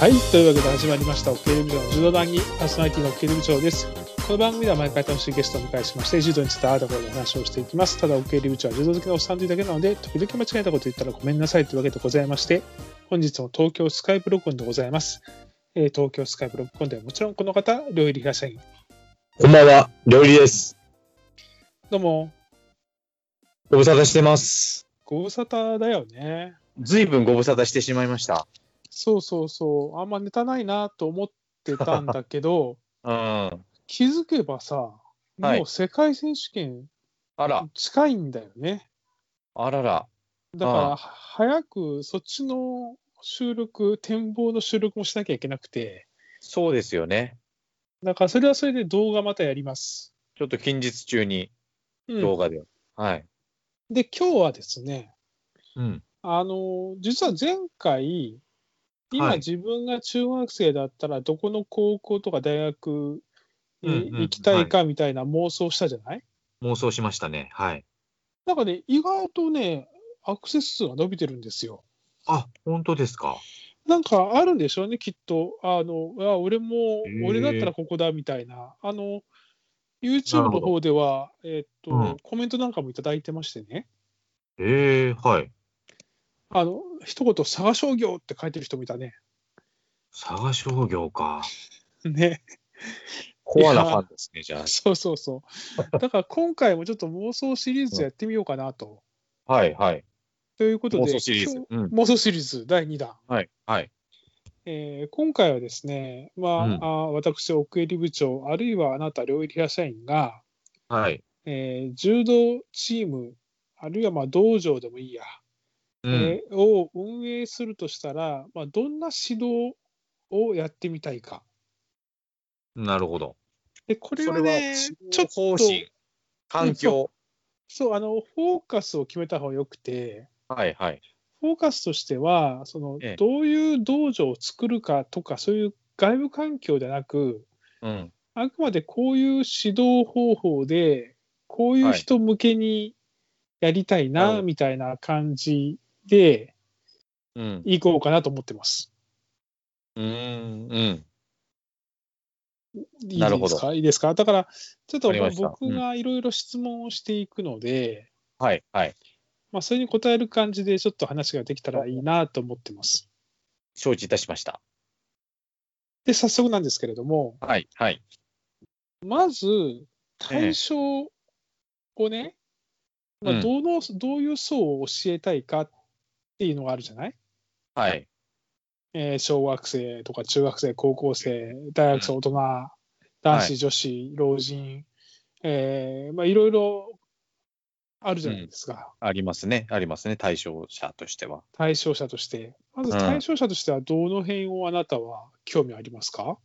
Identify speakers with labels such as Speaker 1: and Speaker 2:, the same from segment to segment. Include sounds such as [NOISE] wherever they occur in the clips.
Speaker 1: はい、というわけで始まりました、OK 部長の柔道談義、パーソナリティの OK 部長です。この番組では毎回楽しいゲストをお迎えしまして、柔道についてああだこうだ話をしていきます。ただ、OK 部長は柔道好きなおっさんというだけなので、時々間違えたこと言ったらごめんなさいというわけでございまして、本日の東京スカイブロックンでございます。えー東京スカイブロックンではもちろんこの方、両入り東社員。
Speaker 2: こんばんは、料理です。
Speaker 1: どうも、
Speaker 2: ご無沙汰してます。
Speaker 1: ご無沙汰だよね。
Speaker 2: ずいぶんご無沙汰してしまいました。
Speaker 1: そうそうそう、あんまネタないなと思ってたんだけ
Speaker 2: [LAUGHS]
Speaker 1: ど、
Speaker 2: うん。あ
Speaker 1: 気づけばさ、
Speaker 2: は
Speaker 1: もう
Speaker 2: い
Speaker 1: 世界選手権
Speaker 2: ら、
Speaker 1: 近いんだよね。
Speaker 2: あらら。
Speaker 1: だから
Speaker 2: ああ
Speaker 1: 早くそっちの収録、展望の収録もしなきゃいけなくて、
Speaker 2: そうですよね。
Speaker 1: だからそれはそれで動画またやります。
Speaker 2: ちょっと近日中に
Speaker 1: うん
Speaker 2: 動画で。はい。
Speaker 1: で、今日はですね、
Speaker 2: うん。
Speaker 1: あの、実は前回、今
Speaker 2: はい
Speaker 1: 自分が中学生だったら、どこの高校とか大学に
Speaker 2: うんうん
Speaker 1: 行きたいかみたいな妄想したじゃない、
Speaker 2: 妄想しましたね。はい。
Speaker 1: なんかね、意外とね、アクセス数が伸びてるんですよ。
Speaker 2: あ、本当ですか。
Speaker 1: なんかあるんでしょうね、きっと。あの、あ俺も
Speaker 2: へ、ー
Speaker 1: 俺だったらここだみたいな。あの、
Speaker 2: な
Speaker 1: YouTube
Speaker 2: る
Speaker 1: の
Speaker 2: ほど
Speaker 1: 方では、えーっと、
Speaker 2: うん
Speaker 1: コメントなんかもいただいてましてね。
Speaker 2: ええはい。
Speaker 1: あの、一言、佐賀商業って書いてる人もいたね。 [LAUGHS]
Speaker 2: 佐賀商業か。
Speaker 1: ね。
Speaker 2: コアなファンですね、じゃ
Speaker 1: そうそうそう。だから今回もちょっと妄想シリーズやってみようかなと。
Speaker 2: あ。はい、はい。
Speaker 1: ということで、
Speaker 2: 妄想シリーズ
Speaker 1: 今。
Speaker 2: うん。
Speaker 1: 日。妄想シリーズ第2弾。
Speaker 2: はい、はい。
Speaker 1: えー今回はですね、まあ、
Speaker 2: うん
Speaker 1: あ私、奥襟部長、あるいはあなた、両襟社員が、
Speaker 2: はい。
Speaker 1: えー柔道チーム、あるいはまあ道場でもいいや、
Speaker 2: うん。
Speaker 1: えーを運営するとしたら、まあ、どんな指導をやってみたいか。
Speaker 2: なるほど。
Speaker 1: でこ
Speaker 2: こ
Speaker 1: れはね、ちょっと
Speaker 2: 方針、環境。
Speaker 1: そうあのフォーカスを決めた方がよくて、
Speaker 2: はい、はい。
Speaker 1: フォーカスとしてはその、
Speaker 2: ええ
Speaker 1: どういう道場を作るかとか、そういう外部環境ではなく、
Speaker 2: うん。
Speaker 1: あくまでこういう指導方法で、こういう人向けにやりたいな、
Speaker 2: はい
Speaker 1: みたいな感じで、
Speaker 2: うん。
Speaker 1: 行こうかなと思ってます。
Speaker 2: うん。うん。
Speaker 1: いい
Speaker 2: なるほ
Speaker 1: ですか
Speaker 2: ど
Speaker 1: いいですかだから、ちょっと
Speaker 2: わかりました
Speaker 1: 僕がいろいろ質問をしていくので、
Speaker 2: はい、はい。
Speaker 1: まあ、それに答える感じで、ちょっと話ができたらいいなと思ってます。
Speaker 2: 承知いたしました。
Speaker 1: で、早速なんですけれども、
Speaker 2: はい、はい。
Speaker 1: まず、対象をね、
Speaker 2: ええ
Speaker 1: ま
Speaker 2: う
Speaker 1: あ、
Speaker 2: ん
Speaker 1: どのどういう層を教えたいかっていうのがあるじゃない、
Speaker 2: はい。
Speaker 1: えー小学生とか中学生、高校生、大学生、
Speaker 2: う
Speaker 1: 大人、男子、女子、老人、えーまあ、いろいろあるじゃないですか、
Speaker 2: ありますね。ありますね。対象者としては。
Speaker 1: 対象者として。まず
Speaker 2: うん
Speaker 1: 対象者としては、どの辺をあなたは興味ありますか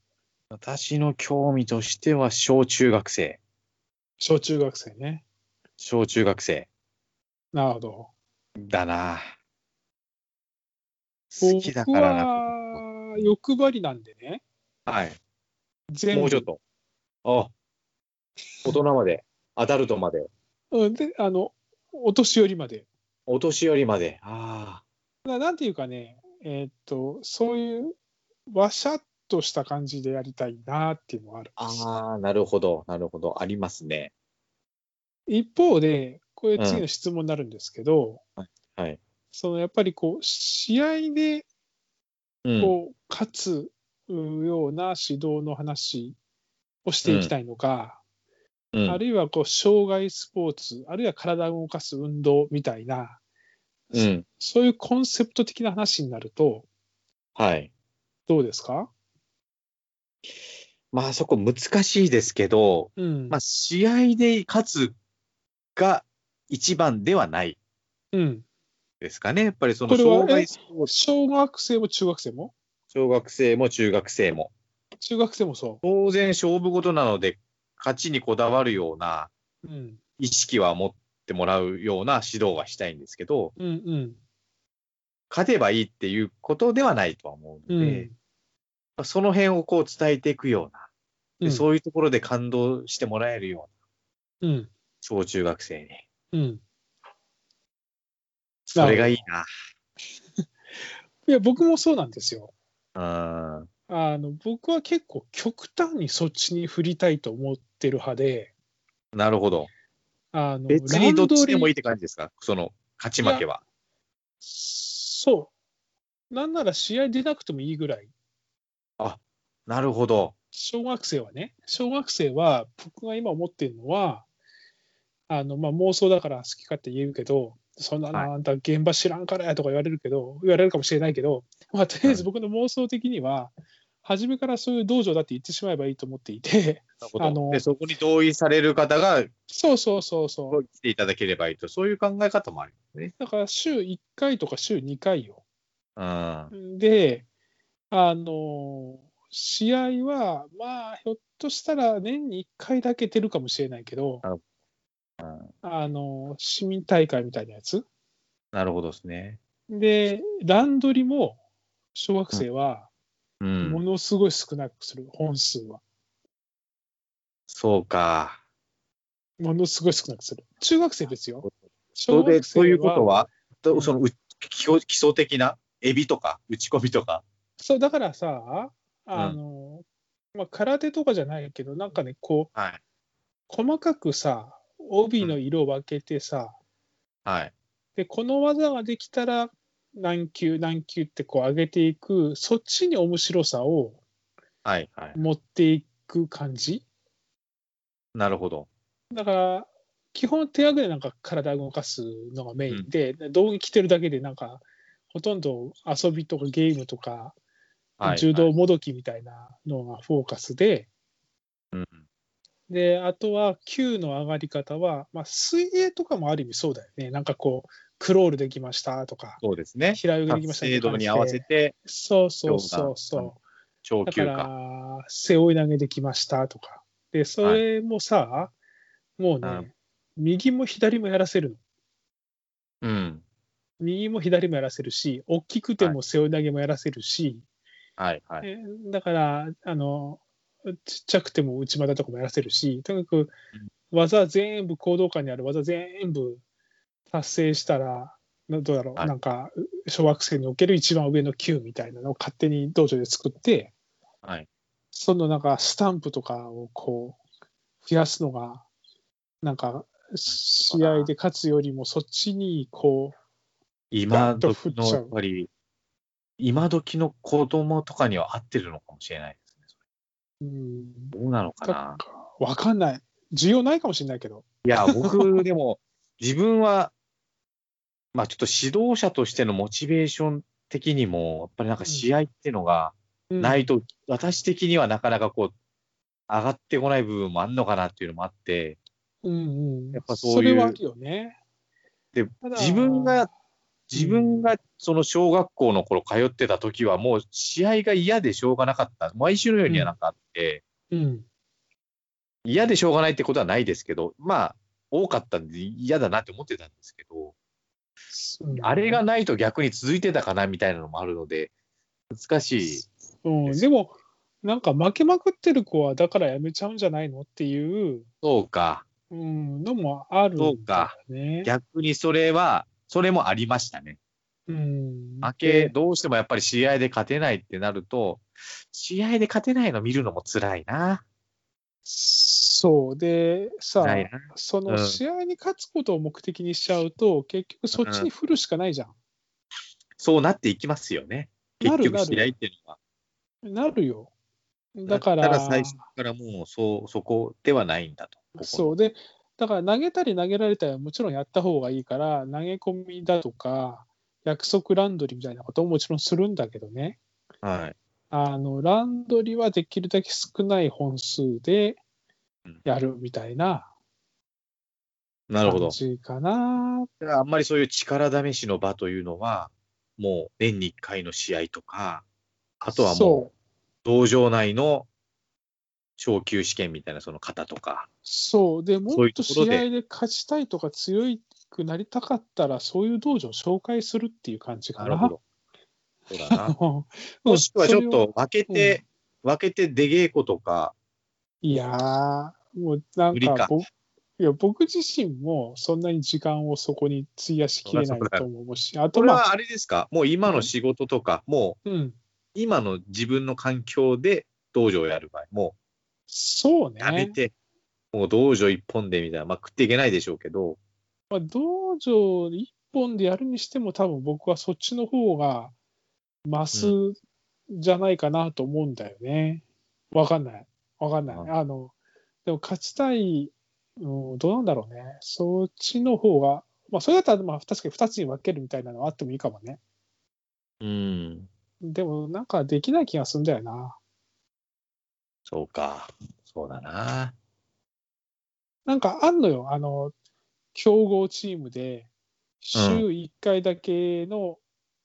Speaker 2: 私の興味としては、小中学生。
Speaker 1: 小中学生ね。
Speaker 2: 小中学生
Speaker 1: なるほど。
Speaker 2: だな。好きだ
Speaker 1: 僕
Speaker 2: からな。
Speaker 1: は欲張りなんでね、
Speaker 2: はい。
Speaker 1: 全部
Speaker 2: もうちょっと。あ大人まで。アダルトまで。
Speaker 1: うん、であのお年寄りまで。
Speaker 2: お年寄りまで。あ
Speaker 1: ななんていうかね、えーっと、そういうわしゃっとした感じでやりたいなっていうのがある
Speaker 2: あ。
Speaker 1: んです。
Speaker 2: ああ、なるほど。なるほど。ありますね。
Speaker 1: 一方で、これ次の質問になるんですけど、
Speaker 2: はい。
Speaker 1: そのやっぱりこう試合で
Speaker 2: うん。
Speaker 1: こう勝つような指導の話をしていきたいのか、
Speaker 2: う
Speaker 1: あ
Speaker 2: ん、
Speaker 1: るいはこう障害スポーツ、あるいは体を動かす運動みたいな、
Speaker 2: うん。
Speaker 1: そういうコンセプト的な話になると、
Speaker 2: はい。
Speaker 1: どうですか
Speaker 2: まあ、そこ難しいですけど、
Speaker 1: うん。
Speaker 2: まあ、試合で勝つが一番ではない
Speaker 1: うん、
Speaker 2: ですかね。やっぱりその
Speaker 1: これは
Speaker 2: 障
Speaker 1: え
Speaker 2: 害スポーツ、
Speaker 1: 小学生も中学生も
Speaker 2: 小学生も中学生も、
Speaker 1: 中学生もそ
Speaker 2: 当然勝負事なので、勝ちにこだわるような
Speaker 1: う。うん。
Speaker 2: 意識は持ってもらうような指導はしたいんですけど、
Speaker 1: うんうん。
Speaker 2: 勝てばいいっていうことではないとは思
Speaker 1: う
Speaker 2: うの
Speaker 1: ん
Speaker 2: で、まあその辺をこう伝えていくような、で
Speaker 1: うん
Speaker 2: そういうところで感動してもらえるような、
Speaker 1: うん。
Speaker 2: 小中学生に。
Speaker 1: うん。
Speaker 2: それがいいな。
Speaker 1: いや、僕もそうなんですよ。
Speaker 2: あ
Speaker 1: あの僕は結構極端にそっちに振りたいと思ってる派で、
Speaker 2: ーなるほど。
Speaker 1: あの
Speaker 2: 別にどっちでも
Speaker 1: い
Speaker 2: いいって感じですかその、勝ち負けは。
Speaker 1: そう。なんなら試合出なくてもいいぐらい。
Speaker 2: なるほど。
Speaker 1: 小学生はね、小学生は僕が今思ってるのは、あのまあ、妄想だから好き勝手言えるけど、そんなの
Speaker 2: はい
Speaker 1: あんた現場知らんからやとか言われるけど、言われるかもしれないけど、まあ、とりあえず
Speaker 2: は
Speaker 1: 僕の妄想的には、初めからそういう道場だって言ってしまえばいいと思っていて、
Speaker 2: なるほど
Speaker 1: あの
Speaker 2: でそこに同意される方が
Speaker 1: そうそうそうそう、
Speaker 2: 来ていただければいいと、そういう考え方もあるんですね。
Speaker 1: だから週1回とか週2回よ。
Speaker 2: うん。
Speaker 1: で、あの、試合は、まあ、ひょっとしたら年に1回だけ出るかもしれないけど、
Speaker 2: うん
Speaker 1: あの、市民大会みたいなやつ。
Speaker 2: なるほどですね。
Speaker 1: で、段取りも、小学生は、
Speaker 2: う
Speaker 1: も
Speaker 2: ん。
Speaker 1: のすごい少なくする、本数は。
Speaker 2: そうか。
Speaker 1: ものすごい少なくする。中学生ですよ。
Speaker 2: そ
Speaker 1: 小
Speaker 2: れ
Speaker 1: 学
Speaker 2: で、
Speaker 1: 生
Speaker 2: ということ
Speaker 1: は
Speaker 2: は、
Speaker 1: うん
Speaker 2: とそのう基礎基礎的な、エビとか、打ち込みとか。
Speaker 1: そう、だからさ、あの、まあ、空手とかじゃないけど、なんかね、こう、
Speaker 2: はい。
Speaker 1: 細かくさ、帯の色を分けてさ、
Speaker 2: はい。
Speaker 1: で、この技ができたら、何級、何級ってこう上げていく、そっちに面白さを
Speaker 2: はい。はい。
Speaker 1: 持っていく感じ
Speaker 2: なるほど。
Speaker 1: だから、基本手上げでなんか体動かすのがメインで、道着着てるだけでなんか、ほとんど遊びとかゲームとか、
Speaker 2: はい。
Speaker 1: 柔
Speaker 2: は
Speaker 1: 道
Speaker 2: い。
Speaker 1: もどきみたいなのがフォーカスで、
Speaker 2: うん。
Speaker 1: で、あとは Q の上がり方は、まあ、水泳とかもある意味そうだよね。なんかこう、クロールできましたとか、
Speaker 2: そうですね。
Speaker 1: 平泳ぎできました
Speaker 2: 制
Speaker 1: と
Speaker 2: 度
Speaker 1: か
Speaker 2: に合わせ。て、
Speaker 1: そうそうそう
Speaker 2: 上
Speaker 1: そ
Speaker 2: 長
Speaker 1: う。だか、
Speaker 2: 級から
Speaker 1: 背負い投げできましたとか。で、それもさ、もうね、
Speaker 2: うん
Speaker 1: 右も左もやらせるの。
Speaker 2: うん。
Speaker 1: 右も左もやらせるし、大きくても背負い投げもやらせるし、
Speaker 2: はい。はい。
Speaker 1: えーだから、あの、ちっちゃくても内股とかもやらせるし、とにかく技全部、行動下にある技全部達成したら、などうだろう、
Speaker 2: はい
Speaker 1: なんか、小学生における一番上の級みたいなのを勝手に道場で作って、
Speaker 2: はい。
Speaker 1: そのなんかスタンプとかをこう、増やすのが、なんか、試合で勝つよりもそっちにこ
Speaker 2: 今
Speaker 1: ガッと
Speaker 2: 時
Speaker 1: 振っ
Speaker 2: の、
Speaker 1: ちゃう
Speaker 2: やっぱり、今時の子供とかには合ってるのかもしれないですね。
Speaker 1: う、うん、
Speaker 2: どうなのかな。
Speaker 1: わかんない。需要ないかもしれないけど。
Speaker 2: いや、僕、で [LAUGHS] も、自分は、まあちょっと指導者としてのモチベーション的にも、やっぱりなんか試合っていうのがないと、私的にはなかなかこう、上がってこない部分もあんのかなっていうのもあって、
Speaker 1: うんうん。
Speaker 2: やっぱそういう
Speaker 1: それはあるよね。
Speaker 2: で、
Speaker 1: ただ
Speaker 2: 自分が、自分がその小学校の頃通ってた時はもう試合が嫌でしょうがなかった。毎週のようにはなんかあって、
Speaker 1: うん。
Speaker 2: 嫌でしょうがないってことはないですけど、まあ、多かったんで嫌だなって思ってたんですけど、あれがないと逆に続いてたかなみたいなのもあるので、難しい。
Speaker 1: うん。でも、なんか負けまくってる子は、だからやめちゃうんじゃないのっていう、
Speaker 2: そうか。
Speaker 1: うん、のもあるんだよね。
Speaker 2: 逆にそれは、それもありましたね。
Speaker 1: うん。
Speaker 2: 負け、どうしてもやっぱり試合で勝てないってなると、試合で勝てないの見るのも辛いな。
Speaker 1: そう。で、さ
Speaker 2: 辛いな。
Speaker 1: そうの
Speaker 2: ん
Speaker 1: 試合に勝つことを目的にしちゃうと、結局そっちに振るしかないじゃん。
Speaker 2: そうなっていきますよね。
Speaker 1: な
Speaker 2: 結
Speaker 1: る
Speaker 2: 局
Speaker 1: な
Speaker 2: 試合
Speaker 1: る。
Speaker 2: っていうのは。
Speaker 1: なるよ。だから、
Speaker 2: った最初からもう、そう、そこではないんだと。ここの
Speaker 1: そうで、だから投げたり投げられたりはもちろんやった方がいいから、投げ込みだとか、約束ランドリーみたいなことももちろんするんだけどね、
Speaker 2: はい。
Speaker 1: あのランドリーはできるだけ少ない本数でやるみたいな
Speaker 2: なるほ
Speaker 1: 感
Speaker 2: ど。
Speaker 1: じかな。
Speaker 2: だからあんまりそういう力試しの場というのは、もう年に1回の試合とか、あとはもう
Speaker 1: そう
Speaker 2: 道場内の昇級試験みたいなその方とか、
Speaker 1: そうでも
Speaker 2: そう
Speaker 1: っ
Speaker 2: いう
Speaker 1: と試
Speaker 2: ところで
Speaker 1: 合で勝ちたいとか強くなりたかったら、そういう道場を紹介するっていう感じかな。
Speaker 2: なるほど。そうだな。
Speaker 1: [LAUGHS] も
Speaker 2: もしくはちょっと分けて、分けて出稽古とか、
Speaker 1: いやー、もうなんか
Speaker 2: 無理か
Speaker 1: 僕いや僕自身もそんなに時間をそこに費やしきれないと思うし、あ
Speaker 2: ことれ
Speaker 1: まあ、
Speaker 2: はあれですかもう今の仕事とか、も
Speaker 1: うん、
Speaker 2: 今の自分の環境で道場をやる場合、も
Speaker 1: そう
Speaker 2: うやめ
Speaker 1: ね。
Speaker 2: て、もう道場一本でみたいな、まあ食っていけないでしょうけど、
Speaker 1: まあ、道場一本でやるにしても、多分僕はそっちの方がマスじゃないかなと思うんだよね。わかんない。わかんない。
Speaker 2: うん
Speaker 1: あの、でも勝ちたい、うん、どうなんだろうね。そっちの方が、まあ、それだったら、まあ、確かに2つに分けるみたいなのはあってもいいかもね。
Speaker 2: うん、
Speaker 1: でも、なんかできない気がするんだよな。
Speaker 2: そうか、そうだな。
Speaker 1: なんかあんのよ、あの、強豪チームで、週1回だけの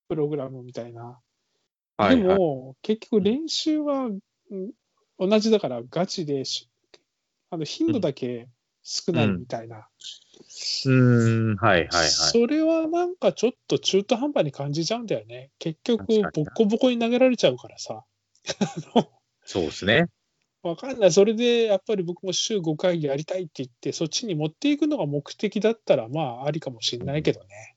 Speaker 1: プログラムみたいな。
Speaker 2: はい、
Speaker 1: で
Speaker 2: はい。
Speaker 1: も、結局練習は、うん同じだからガチでし、あの頻度だけ少ないみたいな。
Speaker 2: うん、はい、はい、はい。
Speaker 1: それはなんかちょっと中途半端に感じちゃうんだよね。結局
Speaker 2: 確か、
Speaker 1: ボ
Speaker 2: に
Speaker 1: ッコボコに投げられちゃうからさ。
Speaker 2: そうですね。
Speaker 1: わかんない。それで、やっぱり僕も週5回やりたいって言って、そっちに持っていくのが目的だったら、まあ、ありかもしれないけどね。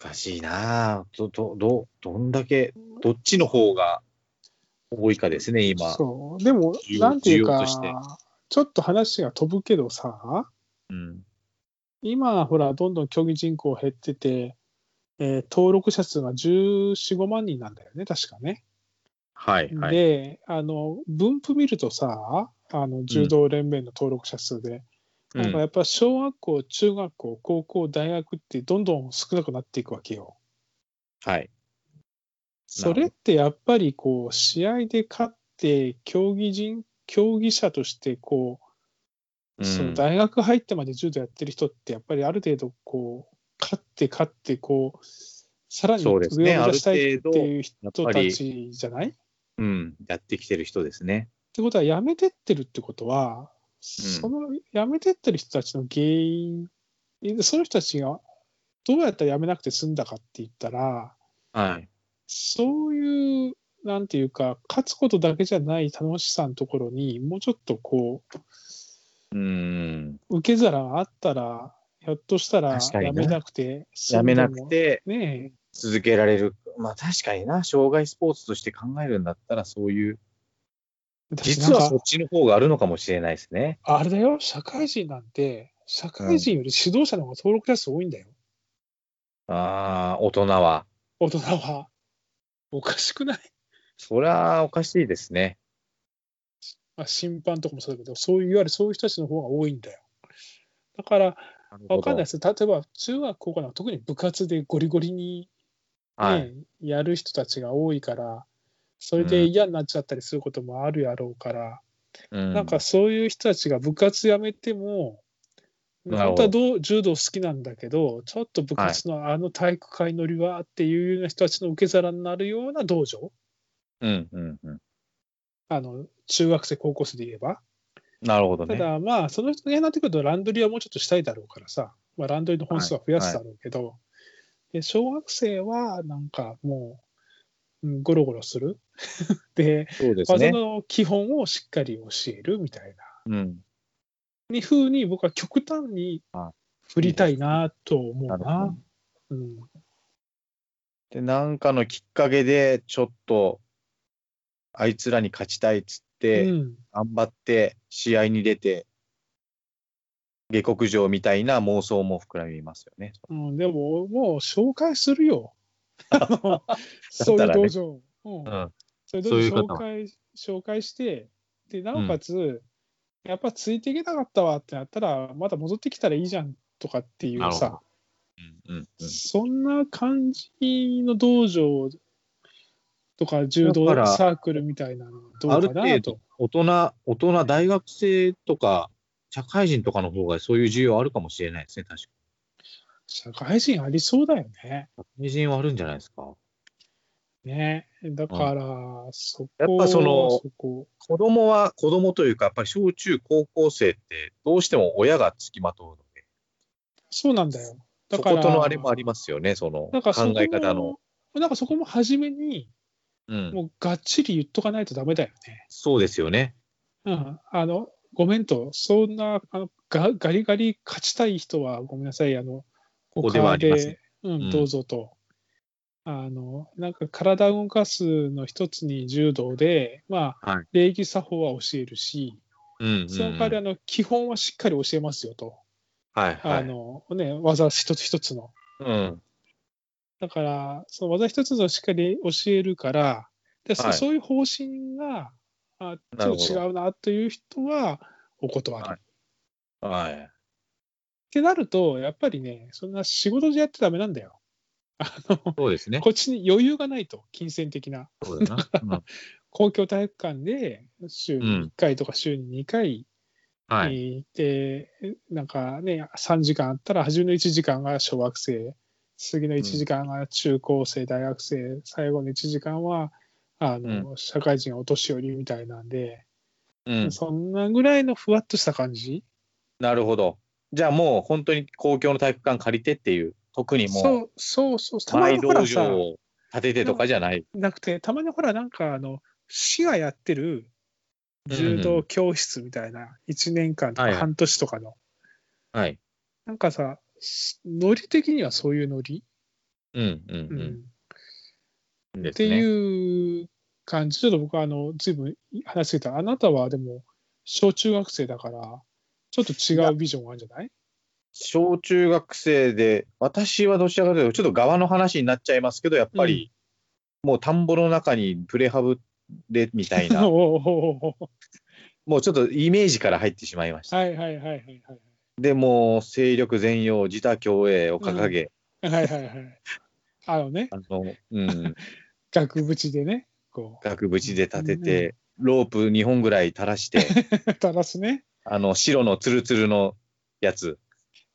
Speaker 2: 難しいなあど、ど、ど、どんだけ、どっちの方が多いかですね、今。
Speaker 1: そう。でも
Speaker 2: 需、
Speaker 1: な
Speaker 2: 要
Speaker 1: んていう
Speaker 2: 需要
Speaker 1: か
Speaker 2: として、
Speaker 1: ちょっと話が飛ぶけどさ、
Speaker 2: うん。
Speaker 1: 今、ほら、どんどん競技人口減ってて、えー登録者数が14、5万人なんだよね、確かね。
Speaker 2: はい、はい。
Speaker 1: で、あの、分布見るとさ、あの柔道連盟の登録者数で、
Speaker 2: う
Speaker 1: なんかや
Speaker 2: ん、
Speaker 1: っぱ小学校、中学校、高校、大学ってどんどん少なくなっていくわけよ。
Speaker 2: はい。
Speaker 1: それってやっぱりこう試合で勝って競技人競技者としてこ
Speaker 2: う
Speaker 1: う、その
Speaker 2: ん、
Speaker 1: 大学入ってまで柔道やってる人ってやっぱりある程度こう勝って勝ってこうさらに上
Speaker 2: そ
Speaker 1: を
Speaker 2: う
Speaker 1: 目
Speaker 2: ですね
Speaker 1: 指したい
Speaker 2: ある
Speaker 1: って
Speaker 2: 程度
Speaker 1: いう人
Speaker 2: やったぱり
Speaker 1: ちじゃないっ
Speaker 2: うん、やってきてる人ですね。
Speaker 1: てことはやめてってるってことは、そのやめてってる人たちの原因その人たちがどうやったらやめなくて済んだかって言ったら
Speaker 2: はい。
Speaker 1: そういう、なんていうか、勝つことだけじゃない楽しさのところに、もうちょっとこ
Speaker 2: うん。
Speaker 1: う、受け皿があったら、ひょっとしたら
Speaker 2: 確かに
Speaker 1: や
Speaker 2: な
Speaker 1: めなくて、
Speaker 2: やめなく。て
Speaker 1: ね
Speaker 2: 続けられる。まあ確かにな、障害スポーツとして考えるんだったら、そういう、
Speaker 1: え。
Speaker 2: 実は
Speaker 1: 私
Speaker 2: そ
Speaker 1: なん
Speaker 2: っ
Speaker 1: か
Speaker 2: ちの方があるのかもしれないですね。
Speaker 1: あれだよ、社会人なんて、社会人より指導者の方が登録者数多いんだよ、
Speaker 2: ああ、大人は。
Speaker 1: 大人は。おかしくない、
Speaker 2: そりゃおかしいですね。
Speaker 1: まあ、審判とかもそうだけど、そういう、いわゆるそういう人たちの方が多いんだよ。だから、わかんないです。例えば、中学、高校なんか特に部活でゴリゴリに
Speaker 2: はい。
Speaker 1: ねやる人たちが多いから、それで嫌になっちゃったりすることもあるやろうから、
Speaker 2: な
Speaker 1: なんかそういう人たちが部活やめても、
Speaker 2: なる
Speaker 1: 本
Speaker 2: ほ
Speaker 1: 当
Speaker 2: ど
Speaker 1: はどう柔道好きなんだけど、ちょっと部活のあの体育会乗りはっていうような人たちの受け皿になるような道場、
Speaker 2: うん、うん、うん。
Speaker 1: あの中学生、高校生で言えば。
Speaker 2: なるほど
Speaker 1: た
Speaker 2: ね。
Speaker 1: だまあ、その人が嫌になってくると、ランドリーはもうちょっとしたいだろうからさ、まあ、ランドリーの本数は増やすだろうけど、で小学生はなんかもう、うん、ゴロゴロする。 [LAUGHS] で、
Speaker 2: そうです
Speaker 1: 技
Speaker 2: ね。
Speaker 1: の基本をしっかり教えるみたいな、
Speaker 2: うん。
Speaker 1: に風に僕は極端に
Speaker 2: あ
Speaker 1: 振りたいなと思う
Speaker 2: な
Speaker 1: な。
Speaker 2: るほどね。
Speaker 1: うん、
Speaker 2: で、なんかのきっかけで、ちょっと、あいつらに勝ちたいっつっ
Speaker 1: う
Speaker 2: て、
Speaker 1: ん
Speaker 2: 頑張って、試合に出て、下克上みたいな妄想も膨らみますよね。
Speaker 1: うん、でも、もう紹介する
Speaker 2: [LAUGHS]
Speaker 1: よ。あのそういう道場。うん
Speaker 2: ん。
Speaker 1: それ
Speaker 2: そうい
Speaker 1: で
Speaker 2: う方
Speaker 1: 紹
Speaker 2: は
Speaker 1: 介紹介して、で、なおかつ、やっぱついていけなかったわってなったら、また戻ってきたらいいじゃんとかっていう
Speaker 2: なる
Speaker 1: さ
Speaker 2: ほ、うん、うん。
Speaker 1: そんな感じの道場とか柔道
Speaker 2: だから
Speaker 1: サークルみたいなのはど
Speaker 2: ある
Speaker 1: うかな
Speaker 2: 程
Speaker 1: と
Speaker 2: 度。、大人、大人、大学生とか、社会人とかの方がそういう需要あるかもしれないですね、確か
Speaker 1: 社会人ありそうだよね。
Speaker 2: に。人はあるんじゃないですか。
Speaker 1: ね。だから、そこ
Speaker 2: やっぱその
Speaker 1: そこ
Speaker 2: 子供は子供というか、やっぱり小中高校生って、どうしても親がつきまとうので、
Speaker 1: そうなんだよ。だ
Speaker 2: そ
Speaker 1: から、
Speaker 2: ことのあれもありますよね、その
Speaker 1: なんか
Speaker 2: 考
Speaker 1: そこも
Speaker 2: え方の。。
Speaker 1: なんかそこも初めに、
Speaker 2: うん、
Speaker 1: もうがっちり言っとかないとダメだよね。
Speaker 2: そうですよね。
Speaker 1: うん。あの、ごめんと、そんな、あのガガリガリ勝ちたい人は、ごめんなさい、あの、
Speaker 2: ここではありません
Speaker 1: 他でう、
Speaker 2: うんん
Speaker 1: どうぞと。あの、なんか体を動かすの一つに柔道で、まあ、
Speaker 2: はい
Speaker 1: 礼儀作法は教えるし、
Speaker 2: うんうんうん
Speaker 1: その代わりあの、基本はしっかり教えますよと。
Speaker 2: はいは
Speaker 1: あ
Speaker 2: い。
Speaker 1: の、ね、技一つ一つの。
Speaker 2: うん。
Speaker 1: だから、その技一つのしっかり教えるから、でそ
Speaker 2: はい
Speaker 1: そういう方針が、あち
Speaker 2: なる
Speaker 1: ょっ
Speaker 2: ほ
Speaker 1: と違
Speaker 2: ど。
Speaker 1: うなという人はお断り。
Speaker 2: はい
Speaker 1: っ
Speaker 2: はい。
Speaker 1: てなると、やっぱりね、そんな仕事でやってダメなんだよ。あの、
Speaker 2: そうですね。
Speaker 1: こっちに余裕がないと、金銭的な。
Speaker 2: そうだな。うん
Speaker 1: 公共体育館で週に1回とか週に2回 [LAUGHS]
Speaker 2: はい。
Speaker 1: 行って、なんかね、3時間あったら、初めの1時間が小学生、次の1時間が中高生、大学生、最後の1時間は、あの、社会人お年寄りみたいなんで、
Speaker 2: うん。
Speaker 1: そんなぐらいのふわっとした感じ。
Speaker 2: なるほど。じゃあもう本当に公共の体育館借りてっていう、特に
Speaker 1: そ
Speaker 2: も
Speaker 1: うそうそう、
Speaker 2: う、
Speaker 1: たま
Speaker 2: マイ
Speaker 1: にほ
Speaker 2: 道
Speaker 1: らさ、
Speaker 2: 場を建ててとかじゃない。
Speaker 1: なくて、たまにほら、なんか、あの、市がやってる柔道教室みたいな、1年間と
Speaker 2: はい
Speaker 1: か
Speaker 2: はい
Speaker 1: 半年とかの、
Speaker 2: はい。
Speaker 1: なんかさ、しノリ的にはそういうノリ、
Speaker 2: うんう
Speaker 1: うん
Speaker 2: んうん。で
Speaker 1: っ
Speaker 2: す
Speaker 1: て
Speaker 2: ね
Speaker 1: いう感じ、ちょっと僕はあの随分話してた、あなたはでも小中学生だから、ちょっと違うビジョンがあるんじゃない
Speaker 2: 小中学生で、私はどちらかというと、ちょっと側の話になっちゃいますけど、やっぱり、もう田んぼの中にプレハブでみたいな、
Speaker 1: おうおうおうおう
Speaker 2: もうちょっとイメージから入ってしまいました。
Speaker 1: はいはいはいはい
Speaker 2: でもう、勢力全容、自他共栄を掲げ、
Speaker 1: はい。はいはいはい。あのね、
Speaker 2: あの、うん、 [LAUGHS]
Speaker 1: 額縁でね、こ
Speaker 2: 額縁で立てて、ロープ2本ぐらい垂ら
Speaker 1: [LAUGHS]
Speaker 2: して、
Speaker 1: う、垂らすね。
Speaker 2: あの、白のツルツルのやつ。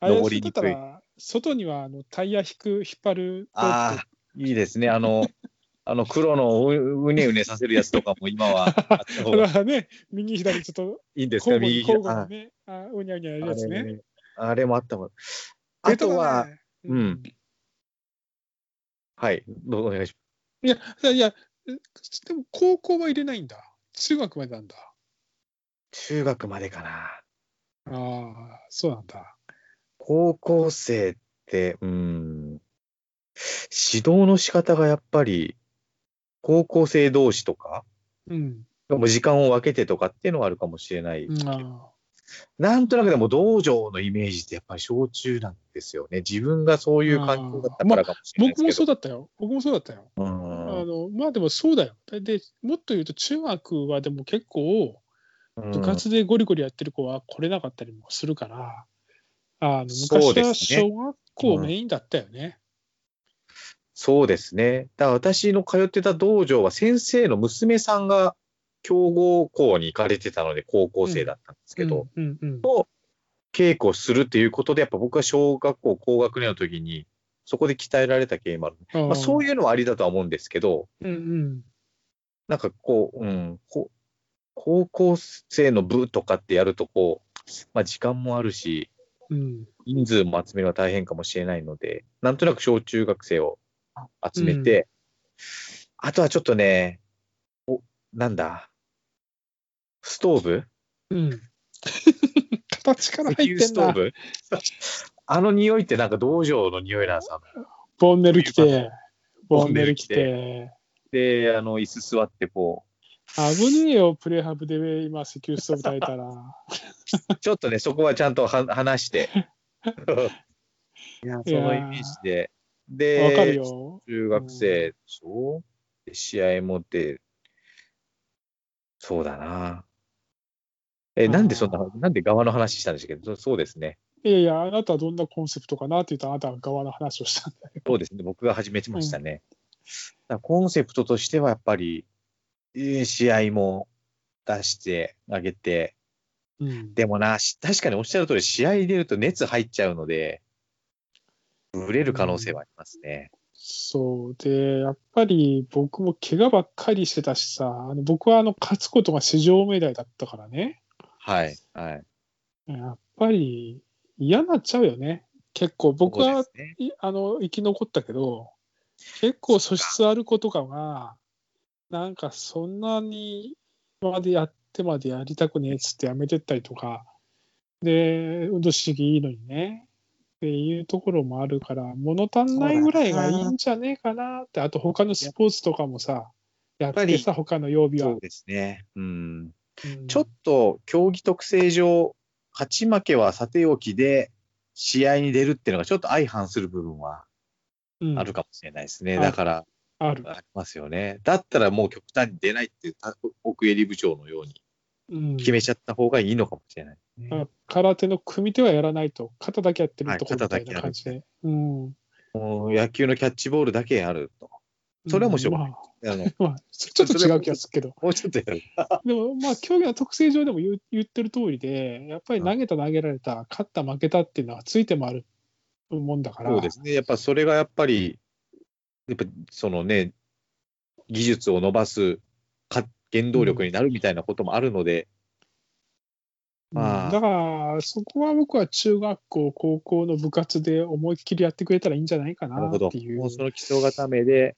Speaker 1: あれ
Speaker 2: 登り
Speaker 1: だ
Speaker 2: に
Speaker 1: った
Speaker 2: くい
Speaker 1: ら、外にはあのタイヤ引く、引っ張るロー
Speaker 2: ああ、いいですね。
Speaker 1: [LAUGHS]
Speaker 2: あの、あの黒のううねうねさせるやつとかも今はあった
Speaker 1: プ、
Speaker 2: 方
Speaker 1: これ [LAUGHS]
Speaker 2: が
Speaker 1: はね、右左ちょっと
Speaker 2: いいんです
Speaker 1: 交
Speaker 2: か、
Speaker 1: 互に
Speaker 2: 右
Speaker 1: 交
Speaker 2: 左。
Speaker 1: 互
Speaker 2: あ
Speaker 1: にね、あうにゃうにゃや
Speaker 2: あ
Speaker 1: るやつね。
Speaker 2: れあれもあったもん。あとは、
Speaker 1: えっ
Speaker 2: うんはい、どうぞお願いし
Speaker 1: いや、いや、いや、えでも高校は入れないんだ。中学までなんだ。
Speaker 2: ます。中学までかな。
Speaker 1: ああ、そうなんだ。
Speaker 2: 高校生って、うん、指導の仕方がやっぱり、高校生同士とか、
Speaker 1: うん。
Speaker 2: もう時間を分けてとかっていうのはあるかもしれない。
Speaker 1: うんあ
Speaker 2: なんとなくでも道場のイメージってやっぱり小中なんですよね。自分がそういう環境だったからかもし
Speaker 1: ー
Speaker 2: れない
Speaker 1: 僕
Speaker 2: で
Speaker 1: も
Speaker 2: すけ
Speaker 1: そう
Speaker 2: ど。
Speaker 1: だったよ。僕もそうだったよ。
Speaker 2: 僕
Speaker 1: あ
Speaker 2: も
Speaker 1: のまあでもそうだよ。で、もっと言うと中学はでも結構、部活でゴリゴリやってる子は来れなかったりもするから、あの
Speaker 2: そう
Speaker 1: 昔
Speaker 2: です
Speaker 1: は
Speaker 2: ね
Speaker 1: 小学校
Speaker 2: うん
Speaker 1: メインだったよね。
Speaker 2: そうですね。だから私の通ってた道場は先生の娘さんが強豪校に行かれてたので高校生だったんですけど、
Speaker 1: うんうんうん
Speaker 2: 稽古をするっていうことで、やっぱ僕は小学校高学年の時に、そこで鍛えられた経緯もある。
Speaker 1: あ
Speaker 2: まあ、そう
Speaker 1: い
Speaker 2: いうのはありだとは思うんですけど、
Speaker 1: うん。うん
Speaker 2: なんかこう、うん、こ高校生の部とかってやるとこう、まあ、時間もあるし、
Speaker 1: うん。うん
Speaker 2: 人数も集めるのは大変かもしれないので、なんとなく小中学生を集めて、あとはちょっとね、お、なんだ、ストーブ
Speaker 1: うん。
Speaker 2: [LAUGHS]
Speaker 1: 形から
Speaker 2: 石
Speaker 1: 入っ
Speaker 2: 油
Speaker 1: て
Speaker 2: ス
Speaker 1: ん
Speaker 2: トー
Speaker 1: な。
Speaker 2: ブ [LAUGHS] あの匂いってなんか道場の匂いなんですよ
Speaker 1: ボンネル来て、ボ
Speaker 2: ボ
Speaker 1: ン
Speaker 2: ン
Speaker 1: ネ
Speaker 2: ネ
Speaker 1: ル
Speaker 2: ル
Speaker 1: 来
Speaker 2: 来
Speaker 1: て。
Speaker 2: で、あの、椅子座ってこ
Speaker 1: 危ねえよ、プレハブで今、石油ストーブ炊いたら。 [LAUGHS]
Speaker 2: う、ちょっとね、そこはちゃんとは話して。いや、そのイメージで。で、
Speaker 1: わかるよ。
Speaker 2: 中学生でしょで試合もって、そうだな。え、なんでそんな
Speaker 1: あ、ー
Speaker 2: なんで側の話したんですけど、そうですね。
Speaker 1: いやいや、あなたはどんなコンセプトかなって言ったら、あなたは側の話をしたんだよ。
Speaker 2: そうですね。僕が始めてましたね。だからコンセプトとしてはやっぱり、えー試合も出してあげて、
Speaker 1: うん、
Speaker 2: でもな、し確かにおっしゃる通り、試合に出ると熱入っちゃうので、ブレる可能性はありますね。
Speaker 1: そうで、やっぱり僕も怪我ばっかりしてたしさ、あの僕はあの勝つことが至上命題だったからね、
Speaker 2: はい。はい。
Speaker 1: やっぱり嫌になっちゃうよね。結構、僕
Speaker 2: そ
Speaker 1: は
Speaker 2: うですね
Speaker 1: いあの生き残ったけど、結構素質ある子とかが、なんかそんなにまでやってまでやりたくねえっつってやめてったりとか、で、運動神経いいのにね、っていうところもあるから、物足んないぐらいがいいんじゃねえかなって、あと他のスポーツとかもさ、やっ
Speaker 2: ぱ
Speaker 1: て
Speaker 2: り
Speaker 1: さ、他の曜日は。
Speaker 2: そうですね。うん。
Speaker 1: うん
Speaker 2: ちょっと競技特性上、勝ち負けはさておきで、試合に出るっていうのがちょっと相反する部分は
Speaker 1: うん
Speaker 2: あるかもしれないですね。
Speaker 1: はい
Speaker 2: だから、
Speaker 1: ある。
Speaker 2: ありますよね。だったらもう極端に出ないっていう、た奥襟部長のように
Speaker 1: うん、
Speaker 2: 決めちゃった方がいいのかもしれないで
Speaker 1: だ
Speaker 2: す
Speaker 1: か
Speaker 2: ね。
Speaker 1: ら空手の組み手はやらないと、肩だけやってるとこ
Speaker 2: はい
Speaker 1: みたい
Speaker 2: 肩だけ
Speaker 1: な
Speaker 2: やる
Speaker 1: 感じで。うん、
Speaker 2: もう野球のキャッチボールだけやると。それはもちろん
Speaker 1: まあ、
Speaker 2: あの
Speaker 1: まあ、それちょっと違う気がするけど、
Speaker 2: もうちょっとやる。
Speaker 1: でも、まあ、競技の特性上でも言う言ってる通りで、やっぱり投げた、投げられた、勝った、負けたっていうのはついてもあるもんだから、
Speaker 2: そうですね。やっぱそれがやっぱり、やっぱそのね、技術を伸ばすか原動力になるみたいなこともあるので、まあ
Speaker 1: うんだから、そこは僕は中学校、高校の部活で思いっきりやってくれたらいいんじゃないかな
Speaker 2: なるほど
Speaker 1: って。いう。
Speaker 2: もうその基礎固めで、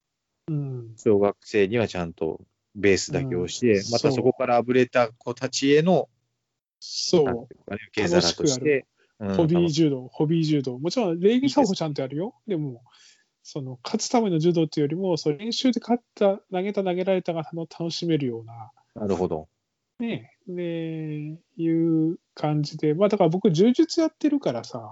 Speaker 1: うん
Speaker 2: 小学生にはちゃんとベースだけをして、
Speaker 1: うん
Speaker 2: またそこからあぶれた子たちへの、なんてい
Speaker 1: そう
Speaker 2: かね受け皿として、
Speaker 1: う、
Speaker 2: うん
Speaker 1: ホビー柔道、ホビー柔道、もちろん礼儀作法ちゃんとやるよ、でも、その勝つための柔道っていうよりも、そう練習で勝った、投げた、投げられたがあの楽しめるような、
Speaker 2: なるほど。
Speaker 1: ねねいう感じで、まあだから僕、柔術やってるからさ、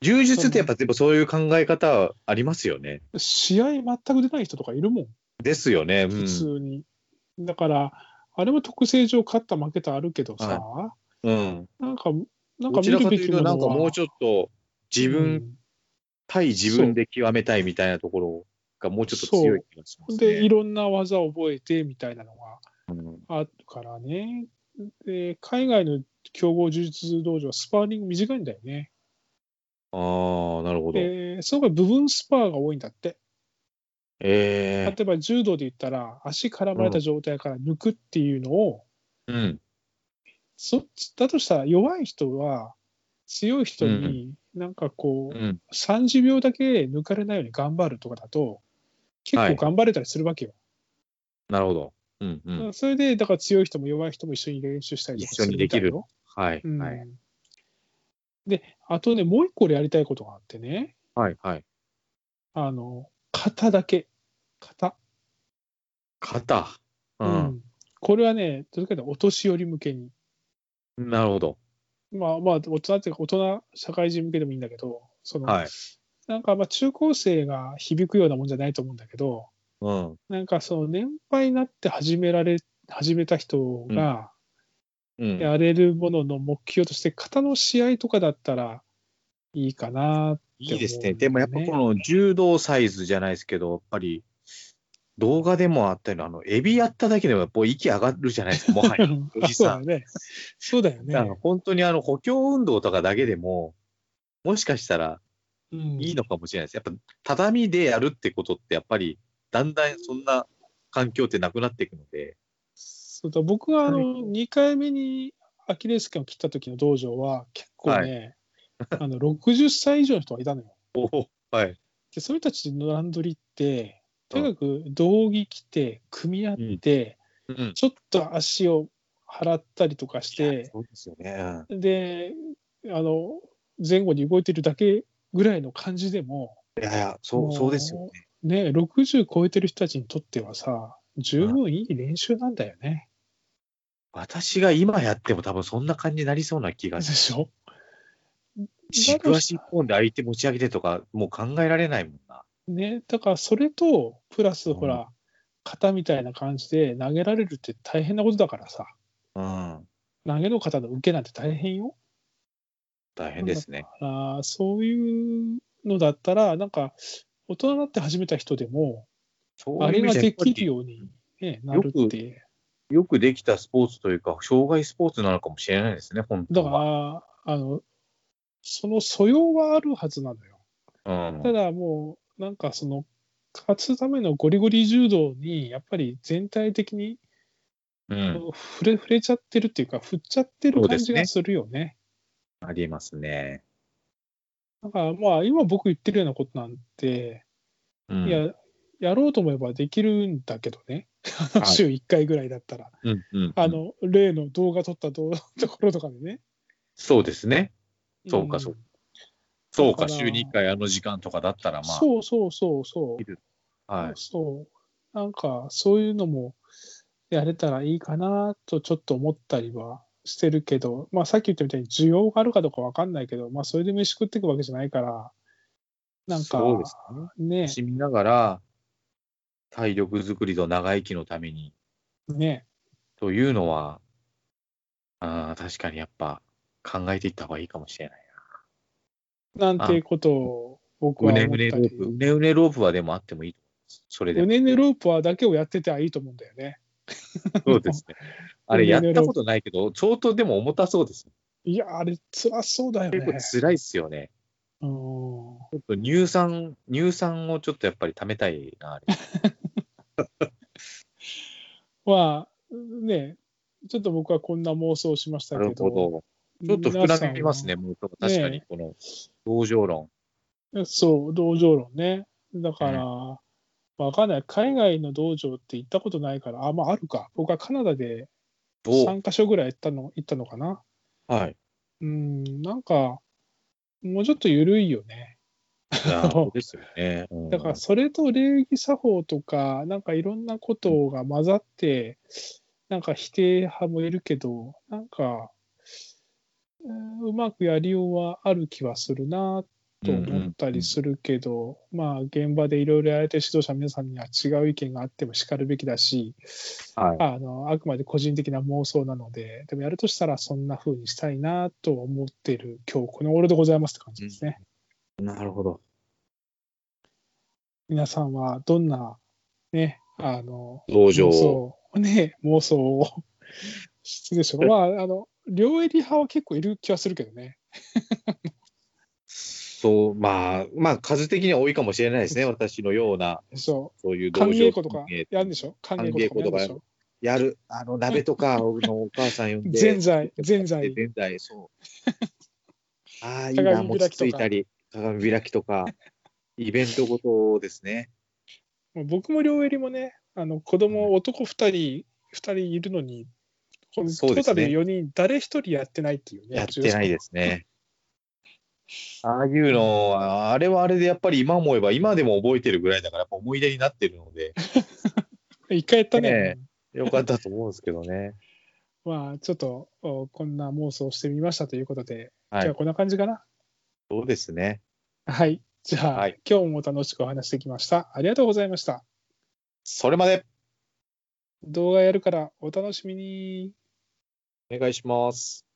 Speaker 2: 柔術ってやっぱでもそういう考え方ありますよね。
Speaker 1: 試合全く出ない人とかいるもん、
Speaker 2: ですよね。うん
Speaker 1: 普通に。だから、あれも特性上勝った、負けたあるけどさ、
Speaker 2: うん。
Speaker 1: なんか、なんか
Speaker 2: ど
Speaker 1: 見
Speaker 2: ちら
Speaker 1: る
Speaker 2: かと
Speaker 1: べ
Speaker 2: い
Speaker 1: き
Speaker 2: う
Speaker 1: も
Speaker 2: と、
Speaker 1: のは
Speaker 2: なんかもうちょっと自分、
Speaker 1: うん
Speaker 2: 対自分で極めたいみたいなところがもうちょっと強い気がします、ね。
Speaker 1: で、いろんな技を覚えてみたいなのが
Speaker 2: うん
Speaker 1: あるからね。で、海外の強豪柔術道場はスパーリング短いんだよね。
Speaker 2: ああ、なるほど。え
Speaker 1: で、その場合部分スパーが多いんだって。例
Speaker 2: え
Speaker 1: えば柔道で言ったら、足絡まれた状態から抜くっていうのを、
Speaker 2: うん。
Speaker 1: そっちだとしたら弱い人は、強い人になんかこう、
Speaker 2: うん。
Speaker 1: 30秒だけ抜かれないように頑張るとかだと、結
Speaker 2: はい
Speaker 1: 構頑張れたりするわけよ。
Speaker 2: なるほど。うんうん。
Speaker 1: それで、だから強い人も弱い人も一緒に練習したりとかするみたいよ
Speaker 2: 一緒にできるはい。
Speaker 1: うん
Speaker 2: はい。
Speaker 1: で、あとね、もう一個俺やりたいことがあってね、
Speaker 2: はい。はい。
Speaker 1: あの、型だけ。型。
Speaker 2: 肩。う。
Speaker 1: うんんこれはね、どれかというとお年寄り向けに。
Speaker 2: なるほど。
Speaker 1: まあまあ、大人っていうか、大人、社会人向けでもいいんだけど、その、
Speaker 2: はい。
Speaker 1: なんかまあ中高生が響くようなもんじゃないと思うんだけど、
Speaker 2: うん。
Speaker 1: なんかその年配になって始められ、始めた人が
Speaker 2: うん。
Speaker 1: やれるものの目標として、型の試合とかだったらいいかな。
Speaker 2: いいですね。
Speaker 1: って思
Speaker 2: で
Speaker 1: う
Speaker 2: も
Speaker 1: んだよね
Speaker 2: やっぱこの柔道サイズじゃないですけど、やっぱり動画でもあったような、あの、エビやっただけでもやっぱ息上がるじゃないですか、も
Speaker 1: [LAUGHS]
Speaker 2: はや。お
Speaker 1: あ
Speaker 2: じ
Speaker 1: そうだ
Speaker 2: さ
Speaker 1: よ
Speaker 2: ん
Speaker 1: ね。そうだよね
Speaker 2: だ。から本当にあの補強運動とかだけでも、もしかしたら
Speaker 1: うん
Speaker 2: いいのかもしれないです。やっぱ畳でやるってことって、やっぱりだんだんそんな環境ってなくなっていくので、
Speaker 1: そうだ僕があの
Speaker 2: は
Speaker 1: 2回目にアキレス腱を切った時の道場は結構ね、あの60歳以上の人がいたのよ。
Speaker 2: おお、はい。
Speaker 1: でそういう人たちの乱取りってとにかく道着着て組み合って、
Speaker 2: うん。
Speaker 1: ちょっと足を払ったりとかして
Speaker 2: そうですよね。うん
Speaker 1: であの前後に動いてるだけぐらいの感じでも
Speaker 2: いやいや、そ
Speaker 1: もう
Speaker 2: う、そうですよね。
Speaker 1: ね60超えてる人たちにとってはさ十分いい練習なんだよね。
Speaker 2: 私が今やっても多分そんな感じになりそうな気が
Speaker 1: で
Speaker 2: します。
Speaker 1: しょ
Speaker 2: 軸足一本で相手持ち上げてとか、もう考えられないもんな。
Speaker 1: ね、だからそれと、プラス
Speaker 2: うん
Speaker 1: ほら、型みたいな感じで投げられるって大変なことだからさ、
Speaker 2: うん。
Speaker 1: 投げの方の受けなんて大変よ。
Speaker 2: 大変ですね。
Speaker 1: あーそういうのだったら、なんか、大人になって始めた人でも、
Speaker 2: そう
Speaker 1: あ
Speaker 2: いう
Speaker 1: れ
Speaker 2: 意味
Speaker 1: が
Speaker 2: じゃやっ
Speaker 1: で
Speaker 2: ぱ
Speaker 1: き
Speaker 2: り
Speaker 1: るように、ね、なるって。
Speaker 2: よくできたスポーツというか、障害スポーツなのかもしれないですね、本
Speaker 1: だ
Speaker 2: 当
Speaker 1: から
Speaker 2: は。、
Speaker 1: あの、その素養はあるはずなのよ。
Speaker 2: うん
Speaker 1: ただもう、なんかその、勝つためのゴリゴリ柔道に、やっぱり全体的に
Speaker 2: うん。
Speaker 1: 触れ触れちゃってるっていうか、振っちゃってる感じがするよね。
Speaker 2: ありますね。
Speaker 1: だからまあ、今僕言ってるようなことなんて、
Speaker 2: うん
Speaker 1: いや、やろうと思えばできるんだけどね、あの
Speaker 2: はい
Speaker 1: 週1回ぐらいだったら、
Speaker 2: うんうん
Speaker 1: あの例の [LAUGHS] 動画撮った動画のところとかでね。
Speaker 2: そうですね。そうかそう
Speaker 1: か。
Speaker 2: そうか、週に1回あの時間とかだったら、まあ、
Speaker 1: そうそうそうそう。
Speaker 2: はい。
Speaker 1: そう。なんか、そういうのもやれたらいいかなとちょっと思ったりはしてるけど、まあさっき言ったみたいに需要があるかどうかわかんないけど、まあそれで飯食っていくわけじゃないから、なんか、
Speaker 2: そうです
Speaker 1: ね
Speaker 2: ね。、しみながら、体力づくりと長生きのために、
Speaker 1: ね、
Speaker 2: というのは、あー確かにやっぱ考えていった方がいいかもしれない。
Speaker 1: なんていうことを僕は
Speaker 2: う
Speaker 1: 思っ
Speaker 2: ね
Speaker 1: た
Speaker 2: うね
Speaker 1: り。
Speaker 2: ロープ、うねうねロープはでもあってもいいと思います。それで
Speaker 1: う
Speaker 2: も。
Speaker 1: ねうねロープはだけをやっててはいいと思うんだよね。
Speaker 2: そうです
Speaker 1: [LAUGHS]
Speaker 2: ね。あれやったことないけど、相当でも重たそうです。
Speaker 1: いや、あれ辛そうだよ
Speaker 2: 結
Speaker 1: ね
Speaker 2: 構。辛いっすよね。
Speaker 1: うん
Speaker 2: ちょっと乳酸、乳酸をちょっとやっぱり貯めたいな、あれ。
Speaker 1: は、ね、ちょっと僕はこんな妄想をしました
Speaker 2: な
Speaker 1: けど。
Speaker 2: るほど。ちょっと膨らんでますね、もう確かに、この、同情論。
Speaker 1: 皆さんは。そう、道場論ね。だから、わかんない。海外の道場って行ったことないから、あ、まああるか。僕はカナダで
Speaker 2: どう
Speaker 1: 3カ所ぐらい行ったの行ったのかな。
Speaker 2: はい。
Speaker 1: うん、なんか、もうちょっと緩いよね。
Speaker 2: いやそうですよね。う
Speaker 1: [LAUGHS]
Speaker 2: ん
Speaker 1: だからそれと礼儀作法とか、なんかいろんなことが混ざって、なんか否定派もいるけど、なんか、うんうまくやりようはある気はするなと思ったりするけど、まあ現場でいろいろやられてる指導者の皆さんには違う意見があってもしかるべきだし、
Speaker 2: はい
Speaker 1: あのあくまで個人的な妄想なので、でもやるとしたらそんな風にしたいなと思ってる今日この頃でございますって感じですね。
Speaker 2: なるほど。
Speaker 1: 皆さんはどんな、ね、あの、
Speaker 2: 同情
Speaker 1: 妄
Speaker 2: を。
Speaker 1: 想をね、妄想を。失礼し
Speaker 2: [LAUGHS]
Speaker 1: ましたまあ、あの、両襟派は結構いる気はするけどね。
Speaker 2: そう、まあ、まあ、数的には多いかもしれないですね、私のような、
Speaker 1: そ
Speaker 2: そういう
Speaker 1: う。歓
Speaker 2: 同情
Speaker 1: 迎子とか
Speaker 2: え
Speaker 1: やるんでしょ歓迎子とかやるんでしょ
Speaker 2: やる、あの、鍋とかのお母さん呼んで。
Speaker 1: [LAUGHS] 全財、全
Speaker 2: で
Speaker 1: 財。
Speaker 2: 全
Speaker 1: [LAUGHS]
Speaker 2: 体、そう。ああ、いいな、
Speaker 1: 鏡
Speaker 2: 餅
Speaker 1: 開きとか
Speaker 2: ついたり、鏡開きとか、イベントごとですね。
Speaker 1: もう僕も両襟もね、あの、子供男2人、2人いるのに、このト
Speaker 2: そうで
Speaker 1: ータ
Speaker 2: すね
Speaker 1: ル4人、誰1人やってないっていうね。。
Speaker 2: やってないいですね。 [LAUGHS] ああいうの、ああれはあれでやっぱり今思えば、今でも覚えてるぐらいだから、やっぱ思い出になってるの [LAUGHS] で、
Speaker 1: 一回やったね。
Speaker 2: ねよかったと思うんですけどね。
Speaker 1: まあ、ちょっと、おこんな妄想をしてみましたということで、
Speaker 2: はい
Speaker 1: じゃあこんな感じかな。
Speaker 2: そうですね。
Speaker 1: はい。じゃあ、
Speaker 2: はい
Speaker 1: 今日も楽しくお話してきました。ありがとうございました。
Speaker 2: それまで、
Speaker 1: 動画やるからお楽しみに。
Speaker 2: お願いします。